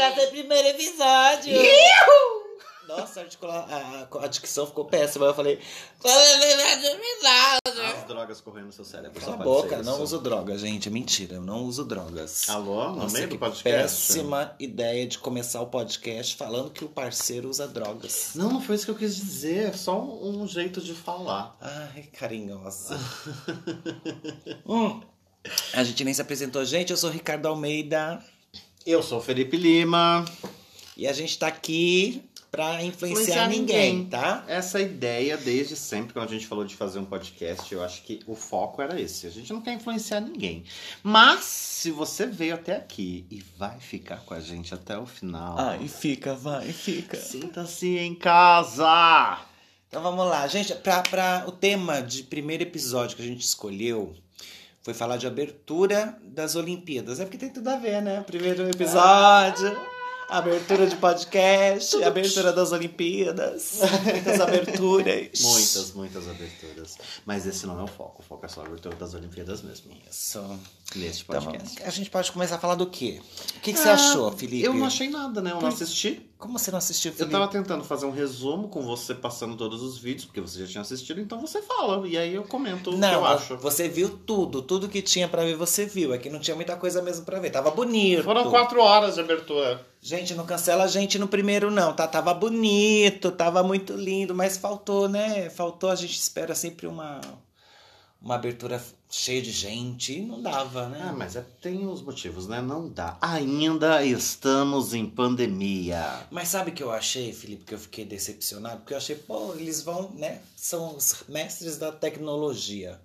até o primeiro episódio. Iu! Nossa, a, articula... a, a dicção ficou péssima. Eu falei. é Cala As drogas correndo no seu cérebro. só a pode boca, ser não isso. uso droga, gente. É mentira, eu não uso drogas. Alô, no Nossa, meio que do podcast? péssima ideia de começar o podcast falando que o parceiro usa drogas. Não, não foi isso que eu quis dizer. É só um, um jeito de falar. Ai, carinhosa. Hum, a gente nem se apresentou. Gente, eu sou Ricardo Almeida Eu sou o Felipe Lima. e a gente tá aqui pra influenciar Influenciar ninguém, ninguém. tá? Essa ideia, desde sempre, quando a gente falou de fazer um podcast, eu acho que o foco era esse. A gente não quer influenciar ninguém. Mas, se você veio até aqui e vai ficar com a gente até o final, Ai, Ah, fica, vai, fica. sinta-se em casa! Então vamos lá, gente. Pra, pra, o tema de primeiro episódio que a gente escolheu foi falar de abertura das Olimpíadas. É porque tem tudo a ver, né? Primeiro episódio, abertura de podcast, abertura das Olimpíadas. Muitas aberturas. Muitas, muitas aberturas. Mas esse não é o foco. O foco é só a abertura das Olimpíadas mesmo. Isso. Neste Então, podcast. a gente pode começar a falar do quê? O que, que você Ah, achou, Felipe? eu não achei nada, né? Eu não assisti. Como você não assistiu, Eu Felipe? tava tentando fazer um resumo com você passando todos os vídeos, porque você já tinha assistido, então você fala. E aí eu comento o que eu Não, acho. você viu tudo, tudo que tinha pra ver você viu. É que não tinha muita coisa mesmo pra ver. Tava bonito. Foram quatro horas de abertura. Gente, não cancela a gente no primeiro, não, tá? Tava bonito, tava muito lindo, mas faltou, né? Faltou, a gente espera sempre uma, uma abertura cheia de gente e não dava, Ah, né? mas é- tem uns motivos, né? Não dá. Ainda estamos em pandemia. Mas sabe o que eu achei, Felipe, que eu fiquei decepcionado? Porque eu achei, pô, eles vão, né? São os mestres da tecnologia.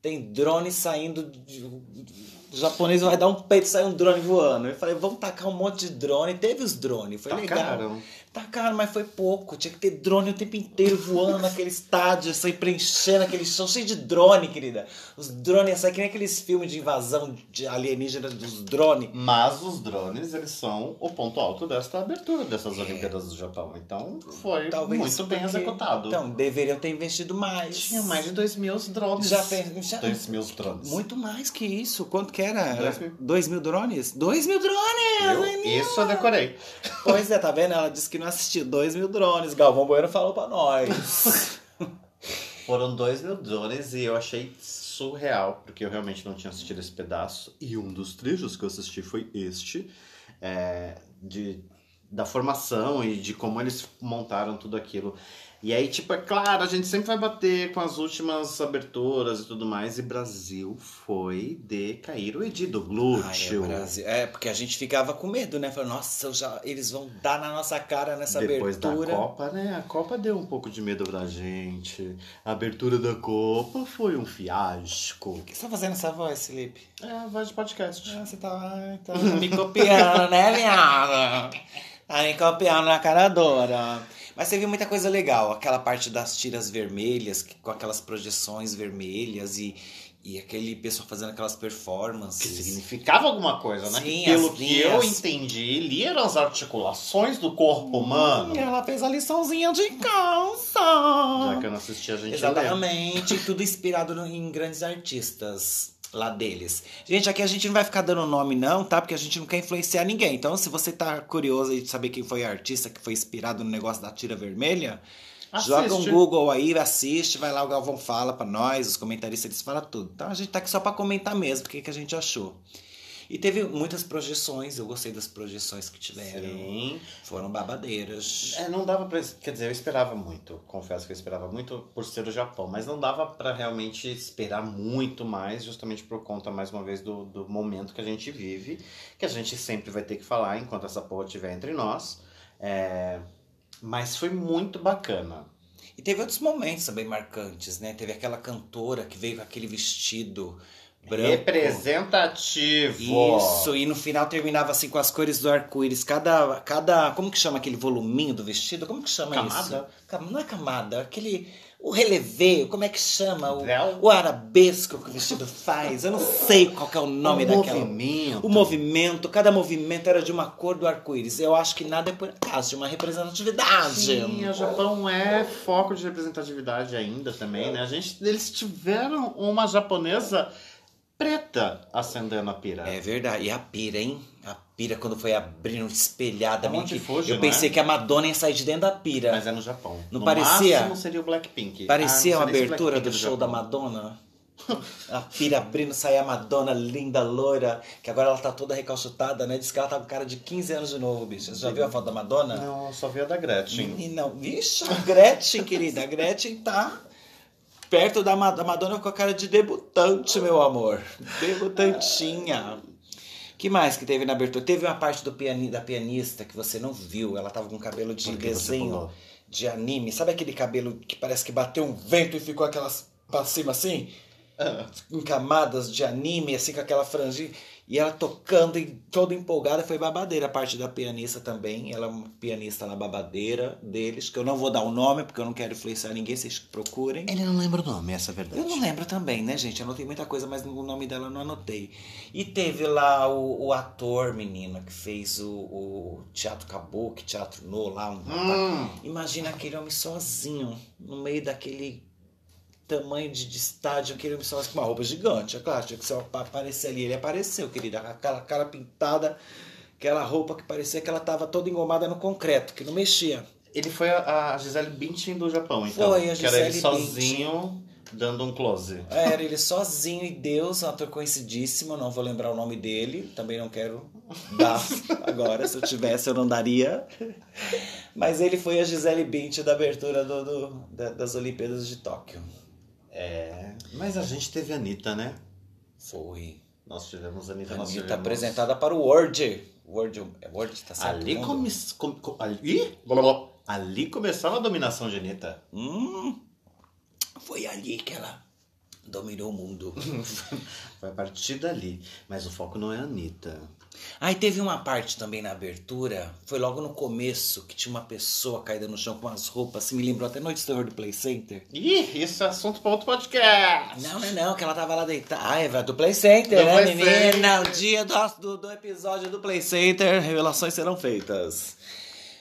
Tem drone saindo. de- O japonês vai dar um peito e sai um drone voando. Eu falei, vamos tacar um monte de drone. Teve os drones, foi legal. Tacaram. Tá caro, mas foi pouco. Tinha que ter drone o tempo inteiro voando naquele estádio, assim, preenchendo aquele chão cheio de drone, querida. Os drones iam sair que nem aqueles filmes de invasão de alienígena dos drones. Mas os drones, eles são o ponto alto desta abertura dessas Olimpíadas do Japão. Então É. foi Talvez muito bem porque- executado. Então, deveriam ter investido mais. Tinha mais de dois mil drones. Já fez. já- Dois mil drones. Muito mais que isso. Quanto que era? Dois mil. Dois mil drones? Dois mil drones! Eu- menina! isso eu decorei. Pois é, tá vendo? Ela disse que não assistiu. Dois mil drones. Galvão Bueno falou pra nós. Foram dois mil drones e eu achei surreal, porque eu realmente não tinha assistido esse pedaço. E um dos trechos que eu assisti foi este, é, de, da formação e de como eles montaram tudo aquilo. E aí, tipo, é claro, a gente sempre vai bater com as últimas aberturas e tudo mais, e Brasil foi de cair o Edi do Ai, é, glúteo. Brasil. é, porque a gente ficava com medo, né? Falando, nossa, eu já, eles vão dar na nossa cara nessa Depois abertura. da Copa, né? A Copa deu um pouco de medo pra gente. A abertura da Copa foi um fiasco. Por que você tá fazendo essa voz, Felipe? É a voz de podcast. Ah, você tá, ai, tá me copiando, né, viado? Tá me copiando na cara dura. Mas você viu muita coisa legal. Aquela parte das tiras vermelhas, que- com aquelas projeções vermelhas e, e aquele pessoal fazendo aquelas Que performances. significava alguma coisa, né? Sim, Que Pelo as que eu linhas. entendi, ali eram as articulações do corpo humano. E ela fez a liçãozinha de calça. Já que eu não assisti, a gente lê. Exatamente, tudo inspirado no- em grandes artistas lá deles. Gente, aqui a gente não vai ficar dando nome não, tá? Porque a gente não quer influenciar ninguém. Então, se você tá curioso aí de saber quem foi a artista que foi inspirado no negócio da tira vermelha, Assiste. joga um Google aí, assiste, vai lá, o Galvão fala pra nós, os comentaristas, eles falam tudo. Então, a gente tá aqui só pra comentar mesmo o que, que a gente achou. E teve muitas projeções, eu gostei das projeções que tiveram. Sim. Foram babadeiras. É, não dava pra. Quer dizer, eu esperava muito. Confesso que eu esperava muito por ser o Japão. Mas não dava pra realmente esperar muito mais, justamente por conta, mais uma vez, do, do momento que a gente vive. Que a gente sempre vai ter que falar enquanto essa porra estiver entre nós. É, Mas foi muito bacana. E teve outros momentos também marcantes, né? Teve aquela cantora que veio com aquele vestido branco. Representativo. Isso, e no final terminava assim com as cores do arco-íris. Cada, cada. Como que chama aquele voluminho do vestido? Como que chama Camada? isso? Camada? Não é camada, aquele. O releveio, como é que chama? O, Véu? o arabesco que o vestido faz. Eu não sei qual que é o nome o daquela. Movimento. O movimento, cada movimento era de uma cor do arco-íris. Eu acho que nada é por acaso, de uma representatividade. Sim, o Japão é foco de representatividade ainda também, né? A gente, eles tiveram uma japonesa preta acendendo a pira. É verdade. E a pira, hein? A pira, quando foi abrindo, espelhada. meio Aonde que- foge, eu né? pensei que a Madonna ia sair de dentro da pira. Mas é no Japão. Não no parecia? máximo seria o Blackpink. Parecia Ah, uma não sei nem se abertura Blackpink do é show da Japão. Madonna. A pira abrindo, saía a Madonna, linda, loira, que agora ela tá toda recalchutada, né? Diz que ela tá com cara de 15 anos de novo, bicho. Você já viu a foto da Madonna? Não, eu só vi a da Gretchen. Menina, vixe, a Gretchen, querida. A Gretchen tá perto da Madonna. A Madonna com a cara de debutante, meu amor. Debutantinha. que mais que teve na abertura? Teve uma parte do piani, da pianista que você não viu. Ela tava com cabelo de Porque você desenho, pulou. de anime. Sabe aquele cabelo que parece que bateu um vento e ficou aquelas pra cima assim? Em camadas de anime, assim, com aquela franjinha. E ela tocando e toda empolgada, foi babadeira a parte da pianista também. Ela é uma pianista lá babadeira deles, que eu não vou dar o nome, porque eu não quero influenciar ninguém, vocês procurem. Ele não lembra o nome, essa é a verdade. Eu não lembro também, né, gente? Anotei muita coisa, mas o nome dela eu não anotei. E teve lá o, o ator, menino, que fez o, o Teatro Kabuki, Teatro No, lá. Um rapaz. Hum, Imagina aquele homem sozinho, no meio daquele tamanho de, de estádio, aquele homem sozinho com uma roupa gigante. É claro, tinha que ser pra aparecer ali. Ele apareceu, querida, com aquela cara pintada, aquela roupa que parecia que ela tava toda engomada no concreto, que não mexia. ele foi a, a Gisele Bündchen do Japão, então. Foi, a Que era ele Gisele sozinho, dando um close. Era ele sozinho e Deus, um ator conhecidíssimo, não vou lembrar o nome dele, também não quero dar agora, se eu tivesse eu não daria. Mas ele foi a Gisele Bündchen da abertura do, do- da- das Olimpíadas de Tóquio. É, mas a gente teve a Anitta, né? Foi. Nós tivemos a Anitta, nós tivemos... Anitta Então, tá apresentada para o Word. Word, é Word tá certo? Ali, mundo? come... com- com- ali... blá, blá, blá. ali começava a dominação de Anitta. Hum, foi ali que ela dominou o mundo. Foi a partir dali. Mas o foco não é a Anitta. Aí teve uma parte também na abertura, foi logo no começo, que tinha uma pessoa caída no chão com umas roupas, assim, me lembrou até Noite do Terror do Play Center. Ih, isso é assunto para outro podcast. Não, não é não, que ela tava lá deitada. Ah, é do Play Center, Do né, Play menina? O dia do, do, do episódio do Play Center, revelações serão feitas.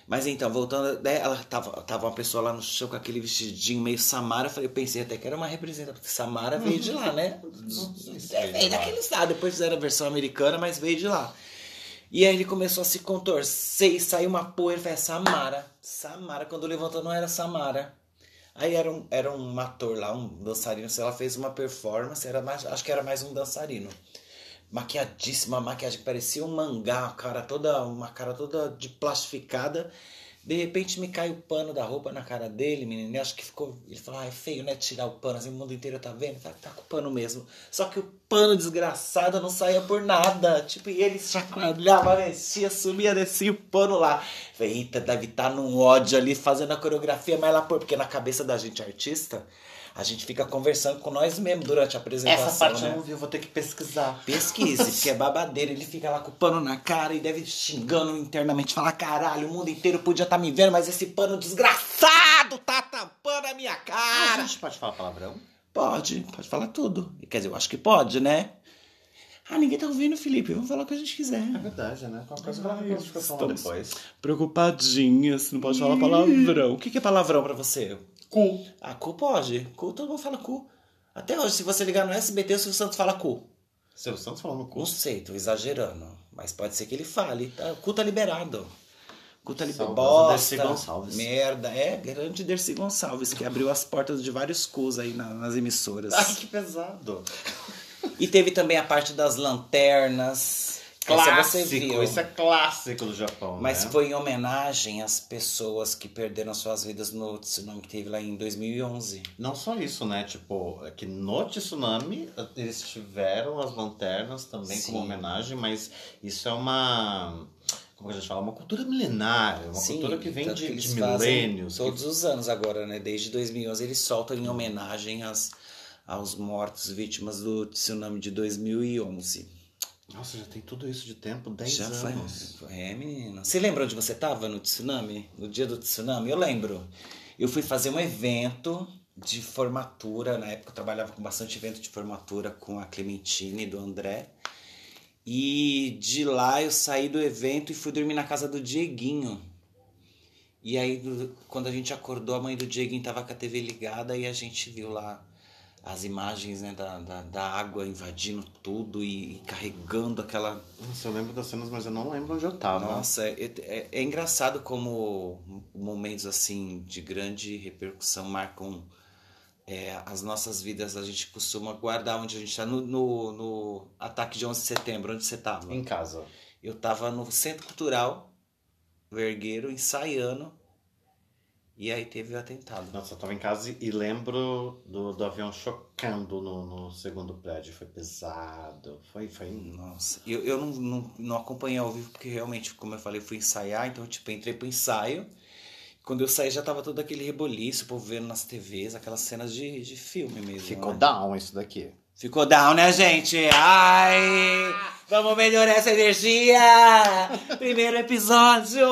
Mas então, voltando, né, ela tava, tava uma pessoa lá no chão com aquele vestidinho meio Samara. Eu falei, eu pensei até que era uma representante, porque Samara veio de lá, né? É, veio daquele estado. Depois fizeram a versão americana, mas veio de lá. E aí ele começou a se contorcer e saiu uma poeira. Eu falei, é Samara. Samara. Quando levantou, não era Samara. Aí era um, era um ator lá, um dançarino. Se ela fez uma performance, era mais, acho que era mais um dançarino. Maquiadíssima, uma maquiagem que parecia um mangá, uma cara toda, uma cara toda de plastificada. De repente me cai o pano da roupa na cara dele, menino. Eu acho que ficou. Ele falou, ah, é feio, né? Tirar o pano, assim, o mundo inteiro tá vendo. Eu falei, tá com o pano mesmo. Só que o pano desgraçado não saía por nada. Tipo, e ele chacoalhava, mexia, sumia, descia o pano lá. Eu Falei, eita, deve estar num ódio ali fazendo a coreografia, mas lá por. Porque na cabeça da gente artista, a gente fica conversando com nós mesmos durante a apresentação. Essa parte é né? eu não vi, eu vou ter que pesquisar. Pesquise, porque é babadeiro. Ele fica lá com o pano na cara e deve xingando internamente. Falar, caralho, o mundo inteiro podia estar me vendo, mas esse pano desgraçado tá tampando a minha A cara. gente pode falar palavrão? Pode, pode falar tudo. Quer dizer, eu acho que pode, né? Ah, ninguém tá ouvindo, Felipe. Vamos falar o que a gente quiser. É verdade, né? Qualquer coisa, Ai, qualquer coisa fica falando estamos- depois. Preocupadinha, se não pode falar palavrão. O que que é palavrão pra você? Cu. Ah, cu pode. Cu, todo mundo fala cu. Até hoje, se você ligar no SBT, o Silvio Santos fala cu. Silvio Santos falando cu. Não sei, tô exagerando. Mas pode ser que ele fale. Tá? O cu tá liberado. O cu tá liberado. Saudosa Dercy Bosta, Gonçalves. merda. É, grande Dercy Gonçalves, que abriu as portas de vários cus aí na- nas emissoras. Ai, que pesado. E teve também a parte das lanternas. Essa você viu. Clássico, isso é clássico do Japão, Mas né? foi em homenagem às pessoas que perderam suas vidas no tsunami que teve lá em 2011. Não só isso, né? Tipo, é que no tsunami eh, eles tiveram as lanternas também Sim. como homenagem, mas isso é uma. Como que a gente fala? Uma cultura milenar, é uma cultura que vem tanto de, eles de fazem milênios. que- Todos os anos agora, né? Desde 2011 eles soltam em homenagem às, aos mortos vítimas do tsunami de 2011. Nossa, já tem tudo isso de tempo, 10 Já anos. faz. É, menino. Você lembra onde você tava no tsunami? No dia do tsunami? Eu lembro. Eu fui fazer um evento de formatura. Na época eu trabalhava com bastante evento de formatura com a Clementine e do André. E de lá eu saí do evento e fui dormir na casa do Dieguinho. E aí, do- quando a gente acordou, a mãe do Dieguinho tava com a TV ligada e a gente viu lá as imagens né, da, da, da água invadindo tudo e, e carregando aquela. Nossa, eu lembro das cenas, mas eu não lembro onde eu tava. Nossa, é, é, é engraçado como momentos assim de grande repercussão marcam é, as nossas vidas. A gente costuma guardar onde a gente está. No, no, no ataque de 11 de setembro, onde você estava? Em casa. Eu estava no Centro Cultural Vergueiro, ensaiando. E aí teve o atentado. Nossa, eu tava em casa e lembro do, do avião chocando no, no segundo prédio. Foi pesado. Foi, Hum. foi. Nossa, eu, eu não, não, não acompanhei ao vivo, porque realmente, como eu falei, eu fui ensaiar, então, tipo, entrei pro ensaio. Quando eu saí já tava todo aquele reboliço, o povo vendo nas TVs, aquelas cenas de, de filme mesmo. Ficou né? down isso daqui. Ficou down, né, gente? Ai! Vamos melhorar essa energia! Primeiro episódio!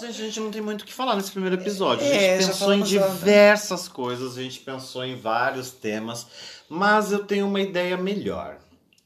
Gente, a gente não tem muito o que falar nesse primeiro episódio. A É, gente já pensou em falamos ontem. diversas coisas, a gente pensou em vários temas, mas eu tenho uma ideia melhor.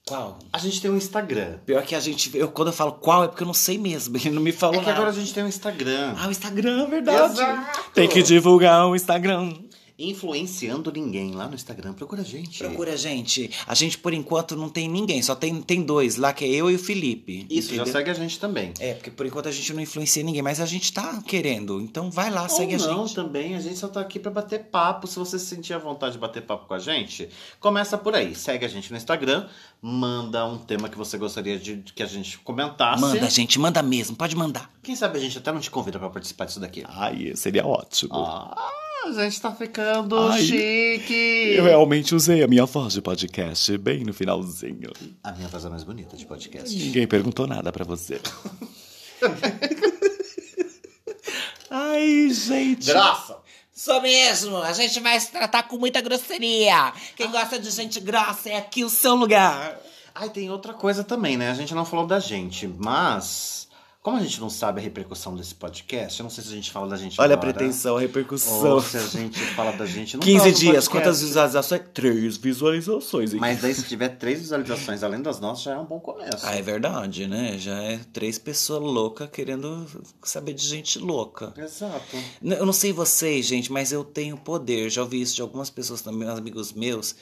Qual? A gente tem um Instagram. Pior que a gente. Eu, quando eu falo qual, é porque eu não sei mesmo. Ele não me falou É que nada. agora a gente tem um Instagram. Ah, o Instagram, é verdade. Exato. Tem que divulgar o Instagram. Influenciando ninguém lá no Instagram. Procura a gente. Procura a gente. A gente, por enquanto, não tem ninguém. Só tem, tem dois lá, que é eu e o Felipe. Isso, já entendeu? segue a gente também. É, porque por enquanto a gente não influencia ninguém. Mas a gente tá querendo. Então vai lá, segue Ou a não, gente. também, a gente só tá aqui pra bater papo. Se você sentir a vontade de bater papo com a gente, começa por aí. Segue a gente no Instagram, manda um tema que você gostaria de de que a gente comentasse. Manda, gente. Manda mesmo. Pode mandar. Quem sabe a gente até não te convida pra participar disso daqui. Ai, seria ótimo. Ah, a gente tá ficando Ai. chique. Eu realmente usei a minha voz de podcast bem no finalzinho. A minha voz é mais bonita de podcast. Ninguém perguntou nada pra você. Ai, gente. Graça! Sou mesmo. A gente vai se tratar com muita grosseria. Quem gosta de gente grossa é aqui o seu lugar. Ai, tem outra coisa também, né? A gente não falou da gente, mas. Como a gente não sabe a repercussão desse podcast, eu não sei se a gente fala da gente Olha a agora, pretensão, a Ou repercussão. se a gente fala da gente no 15 próximo dias. podcast. Quantas visualizações? Três visualizações. hein? Mas daí, se tiver três visualizações além das nossas, já é um bom começo. Ah, é verdade, né? Já é três pessoas loucas querendo saber de gente louca. Exato. N- Eu não sei vocês, gente, mas eu tenho poder. Já ouvi isso de algumas pessoas também, amigos meus,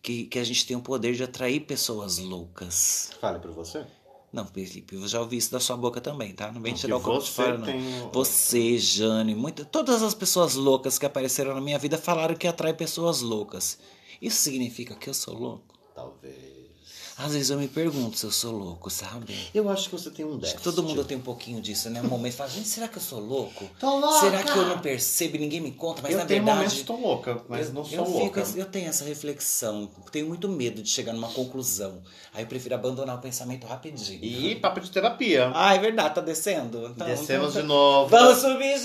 que, que a gente tem o poder de atrair pessoas loucas. Fale pra você. Não, Felipe, eu já ouvi isso da sua boca também, tá? Não vem tirar o Que copo de fora, não. tem... Você, Jane, muita, todas as pessoas loucas que apareceram na minha vida falaram que atrai pessoas loucas. Isso significa que eu sou louco? Talvez. Às vezes eu me pergunto se eu sou louco, sabe? Eu acho que você tem um Acho déficit. que todo mundo tem um pouquinho disso, né? Um momento fala, gente, será que eu sou louco? Tô louca! Será que eu não percebo e ninguém me conta? Mas eu na tenho verdade. momentos que tô louca, mas eu, não sou eu fico- louca. eu tenho essa reflexão. Tenho muito medo de chegar numa conclusão. Aí eu prefiro abandonar o pensamento rapidinho. E papo de terapia. Ah, é verdade, tá descendo? Então, Descemos então- de novo. Vamos subir,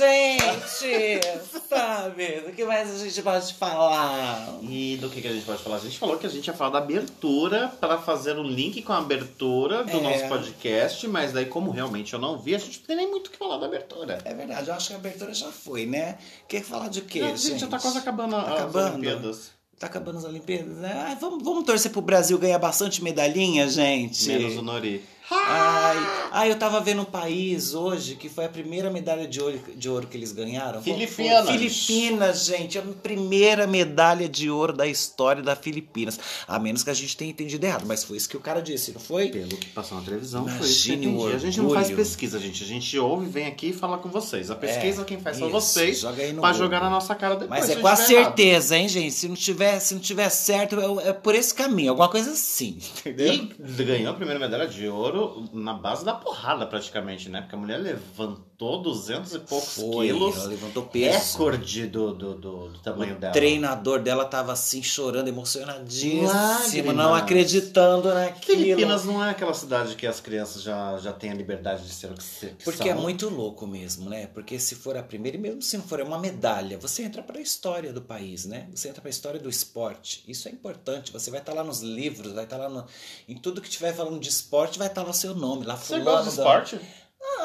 gente! Sabe? O que mais a gente pode falar? E do que, que a gente pode falar? A gente falou que a gente ia falar da abertura para fazer o link com a abertura do É. nosso podcast, mas daí, como realmente eu não vi, a gente não tem nem muito o que falar da abertura. É verdade, eu acho que a abertura já foi, né? Quer falar de quê, a gente, já tá quase acabando as acabando? Olimpíadas. Tá acabando as Olimpíadas, né? Ai, vamos, vamos torcer pro Brasil ganhar bastante medalhinha, gente. Menos o Nori. Ai, ai, eu tava vendo um país hoje que foi a primeira medalha de ouro, de ouro que eles ganharam. Qual foi? Filipinas. Filipinas, gente. A primeira medalha de ouro da história da Filipinas. A menos que a gente tenha entendido errado, mas foi isso que o cara disse, não foi? Pelo que passou na televisão, Imagine foi isso. que eu o entendi. A gente não orgulho. faz pesquisa, gente. A gente ouve, vem aqui e fala com vocês. A pesquisa É, quem faz são Isso, vocês joga aí no pra Google. jogar na nossa cara depois. Mas se é a com a gente tiver errado. certeza, hein, gente? Se não tiver, se não tiver certo, é, é por esse caminho, alguma coisa assim, entendeu? E ganhou a primeira medalha de ouro na base da porrada, praticamente, né? Porque a mulher levantou 200 e poucos ela quilos. levantou peso. Recorde do, do, do, do tamanho O dela. treinador dela tava assim, chorando, emocionadíssimo, Lágrimas. não acreditando naquilo. Filipinas não é aquela cidade que as crianças já, já têm a liberdade de ser o que se- que Porque são. é muito louco mesmo, né? Porque se for a primeira, e mesmo se não for é uma medalha, você entra pra história do país, né? Você entra pra história do esporte. Isso é importante. Você vai estar lá nos livros, vai estar lá no- em tudo que tiver falando de esporte, vai estar lá o seu nome, lá Você fulano. gosta de da- esporte?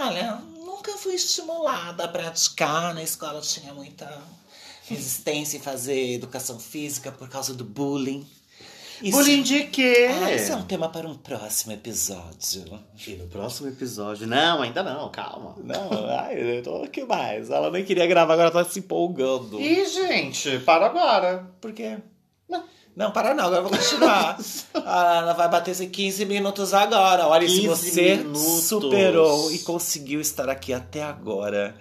Olha, nunca fui estimulada a praticar. Na escola tinha muita resistência em fazer educação física por causa do bullying. Isso- Bullying de quê? Ah, isso é um tema para um próximo episódio. E no próximo episódio. Não, ainda não, calma. Não, ai, eu tô aqui mais. Ela nem queria gravar, agora tá se empolgando. Ih, gente, para agora. Por quê? Não. né? Não, para não, agora eu vou continuar. Ah, Ela vai bater esses 15 minutos agora. Olha, se 15 você minutos. superou e conseguiu estar aqui até agora,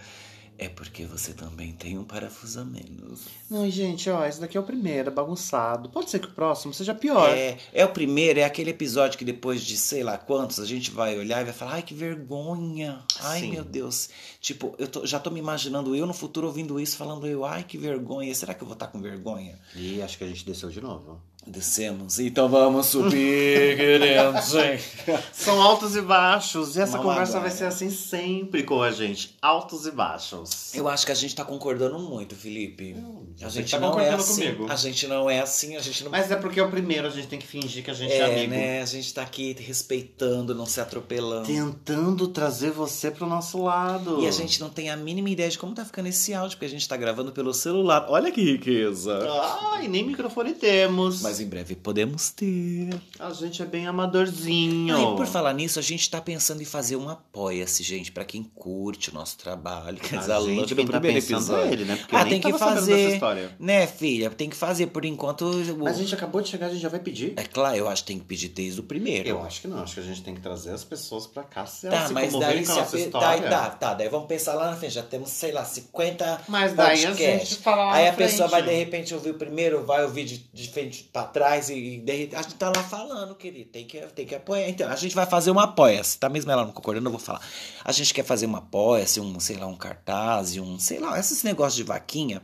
é porque você também tem um parafuso a menos. Não, gente, ó, esse daqui é o primeiro, é bagunçado. Pode ser que o próximo seja pior. É, é o primeiro, é aquele episódio que depois de sei lá quantos, a gente vai olhar e vai falar, ai, que vergonha. Ai, Sim. meu Deus. Tipo, eu tô- já tô me imaginando eu no futuro ouvindo isso, falando eu, ai, que vergonha. Será que eu vou estar com vergonha? E acho que a gente desceu de novo. Descemos, então vamos subir, queridos. São altos e baixos. E essa Uma conversa magoa. vai ser assim sempre com a gente. Altos e baixos. Eu acho que a gente tá concordando muito, Felipe. A gente tá não é concordando assim. comigo. A gente não é assim, a gente não Mas é porque é o primeiro, a gente tem que fingir que a gente é, é, amigo. né? A gente tá aqui respeitando, não se atropelando. Tentando trazer você pro nosso lado. E a gente não tem a mínima ideia de como tá ficando esse áudio, porque a gente tá gravando pelo celular. Olha que riqueza! Ai, nem microfone temos. Mas em breve podemos ter. A gente é bem amadorzinho. Ah, e por falar nisso, a gente tá pensando em fazer um apoia-se, gente, pra quem curte o nosso trabalho. a Coisa louca gente do quem tá primeiro pensando episódio. é ele, né? Porque Ah, eu nem tem que tava sabendo fazer. dessa história. Né, filha? Tem que fazer. Por enquanto. o- Mas a gente acabou de chegar, a gente já vai pedir. É claro, eu acho que tem que pedir desde o primeiro. Eu acho que não, acho que a gente tem que trazer as pessoas pra cá se elas Tá, se mas comoverem daí com se a nossa a, daí, história. tá, tá, daí vamos pensar lá na frente, já temos, sei lá, 50 Mas daí a podcasts. gente fala lá Aí na a pessoa frente. vai de repente ouvir o primeiro, vai ouvir de, de frente pra trás e, e de repente. A gente tá lá falando, querido. Tem que, tem que apoiar. Então, a gente vai fazer um apoia-se, tá? Mesmo ela não concordando, eu vou falar. A gente quer fazer um apoia-se, um, sei lá, um cartaz, e um, sei lá, esses negócios de vaquinha.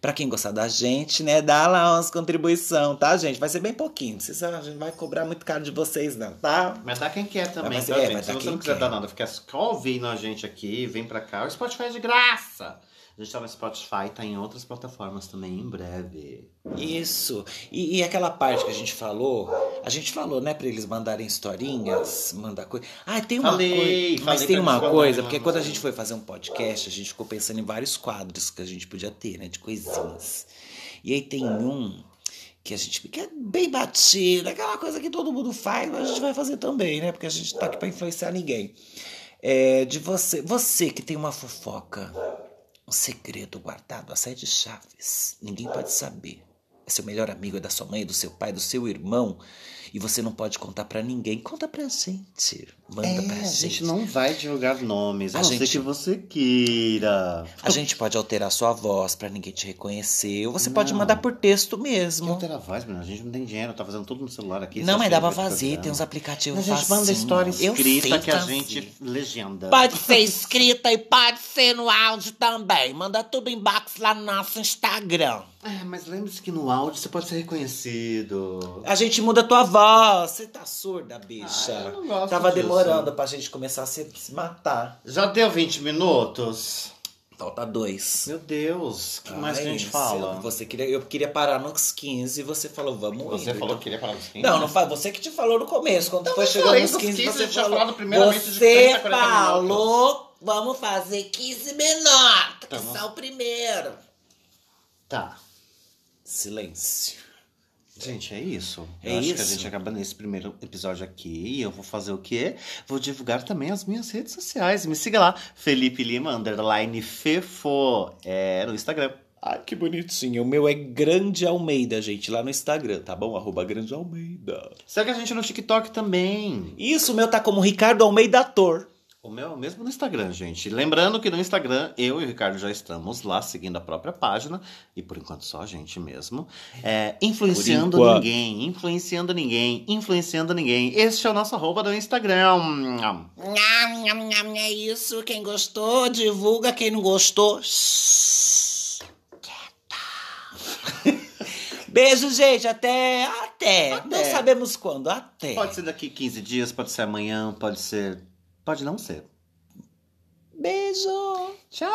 Pra quem gostar da gente, né? Dá lá umas contribuição, tá, gente? Vai ser bem pouquinho. Não precisa, a gente não vai cobrar muito caro de vocês, não, tá? Mas dá quem quer também, Mas, tá, é, gente? mas Se dá você quem não quiser quer. dar nada, fica só ouvindo a gente aqui, vem pra cá. O Spotify é de graça. A gente tá no Spotify, tá em outras plataformas também em breve. Isso. E, e aquela parte que a gente falou, a gente falou, né, pra eles mandarem historinhas, mandar coisa. Ah, tem uma Falei, falei coisa. Mas pra tem eles uma mandarem coisa, lá porque no quando a nosso- gente foi fazer um podcast, a gente ficou pensando em vários quadros que a gente podia ter, né, de coisinhas. E aí tem um que a gente que é bem batido, aquela coisa que todo mundo faz, mas a gente vai fazer também, né? Porque a gente tá aqui pra influenciar ninguém. É, de você, você que tem uma fofoca, um segredo guardado a sete chaves, ninguém pode saber. É seu melhor amigo, é da sua mãe, é do seu pai, é do seu irmão, e você não pode contar pra ninguém. Conta pra gente, manda pra É, a gente É, gente. não vai divulgar nomes, a, A não ser gente- que você queira. A gente pode alterar sua voz pra ninguém te reconhecer, ou você pode Não. mandar por texto Não mesmo. altera a voz, menina. A gente não tem dinheiro, tá fazendo tudo no celular aqui. não, você mas acha dá que pra vai fazer, ficar tem uns grande? aplicativos A gente manda facinho. história Eu escrita sei que a fazer. gente legenda. Pode ser escrita e pode ser no áudio também. Manda tudo em box lá no nosso Instagram. É, mas lembre-se que no áudio você pode ser reconhecido. A gente muda a tua voz. Você tá surda, Ah, bicha. eu não gosto Tava disso. demorando pra gente começar a se se matar. Já deu 20 minutos? Ah, Falta dois. Meu Deus, o que mais que a Ai, gente sei fala? lá, Você queria, eu queria parar nos 15 e você falou, vamos Você indo. Então, falou que queria falar dos 15? Não, não fala. Você que te falou no começo. Quando Então foi eu chegando falei nos dos 15, 15, você eu tinha falou. falado primeiramente de 30 a você 40 minutos. falou, vamos fazer 15 minutos. Tá bom. Que só o primeiro. Tá. Silêncio. Gente, é isso. É eu acho que a isso. gente acaba nesse primeiro episódio aqui. E eu vou fazer o quê? Vou divulgar também as minhas redes sociais. Me siga lá, Felipe Lima, underline Fefo. É, no Instagram. Ai, que bonitinho. O meu é Grande Almeida, gente, lá no Instagram, tá bom? Arroba Grande Almeida. Segue a gente no TikTok também. Isso, o meu tá como Ricardo Almeida Ator. O meu é o mesmo no Instagram, gente. Lembrando que no Instagram eu e o Ricardo já estamos lá seguindo a própria página. E por enquanto só a gente mesmo. É, influenciando Por enquanto. ninguém, influenciando ninguém, influenciando ninguém. Este é o nosso arroba do Instagram. Nham, nham, nham, é isso. Quem gostou, divulga. Quem não gostou, shhh, quieta. Beijo, gente. Até, até. Não sabemos quando. É. Até. Pode ser daqui 15 dias, pode ser amanhã, pode ser. Pode não ser. Beijo. Tchau!